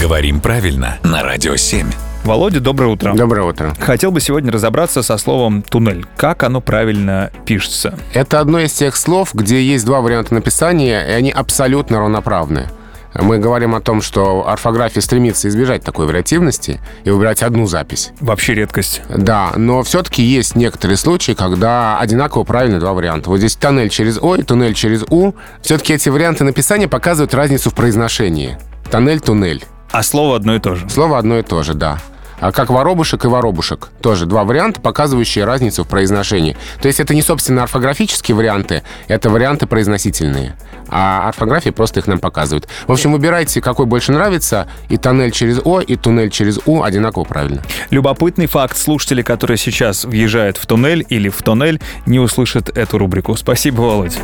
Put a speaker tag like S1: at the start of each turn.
S1: Говорим правильно на Радио 7.
S2: Володя, доброе утро.
S3: Доброе утро.
S2: Хотел бы сегодня разобраться со словом «туннель». Как оно правильно пишется?
S3: Это одно из тех слов, где есть два варианта написания, и они абсолютно равноправны. Мы говорим о том, что орфография стремится избежать такой вариативности и выбирать одну запись.
S2: Вообще редкость.
S3: Да, но все-таки есть некоторые случаи, когда одинаково правильно два варианта. Вот здесь тоннель через О и туннель через У. Все-таки эти варианты написания показывают разницу в произношении. Тоннель, туннель.
S2: А слово одно и то же.
S3: Слово одно и то же, да. А как воробушек и воробушек. Тоже два варианта, показывающие разницу в произношении. То есть это не, собственно, орфографические варианты, это варианты произносительные. А орфография просто их нам показывает. В общем, выбирайте, какой больше нравится, и тоннель через О, и туннель через У одинаково правильно.
S2: Любопытный факт. Слушатели, которые сейчас въезжают в туннель или в туннель, не услышат эту рубрику. Спасибо, Володь.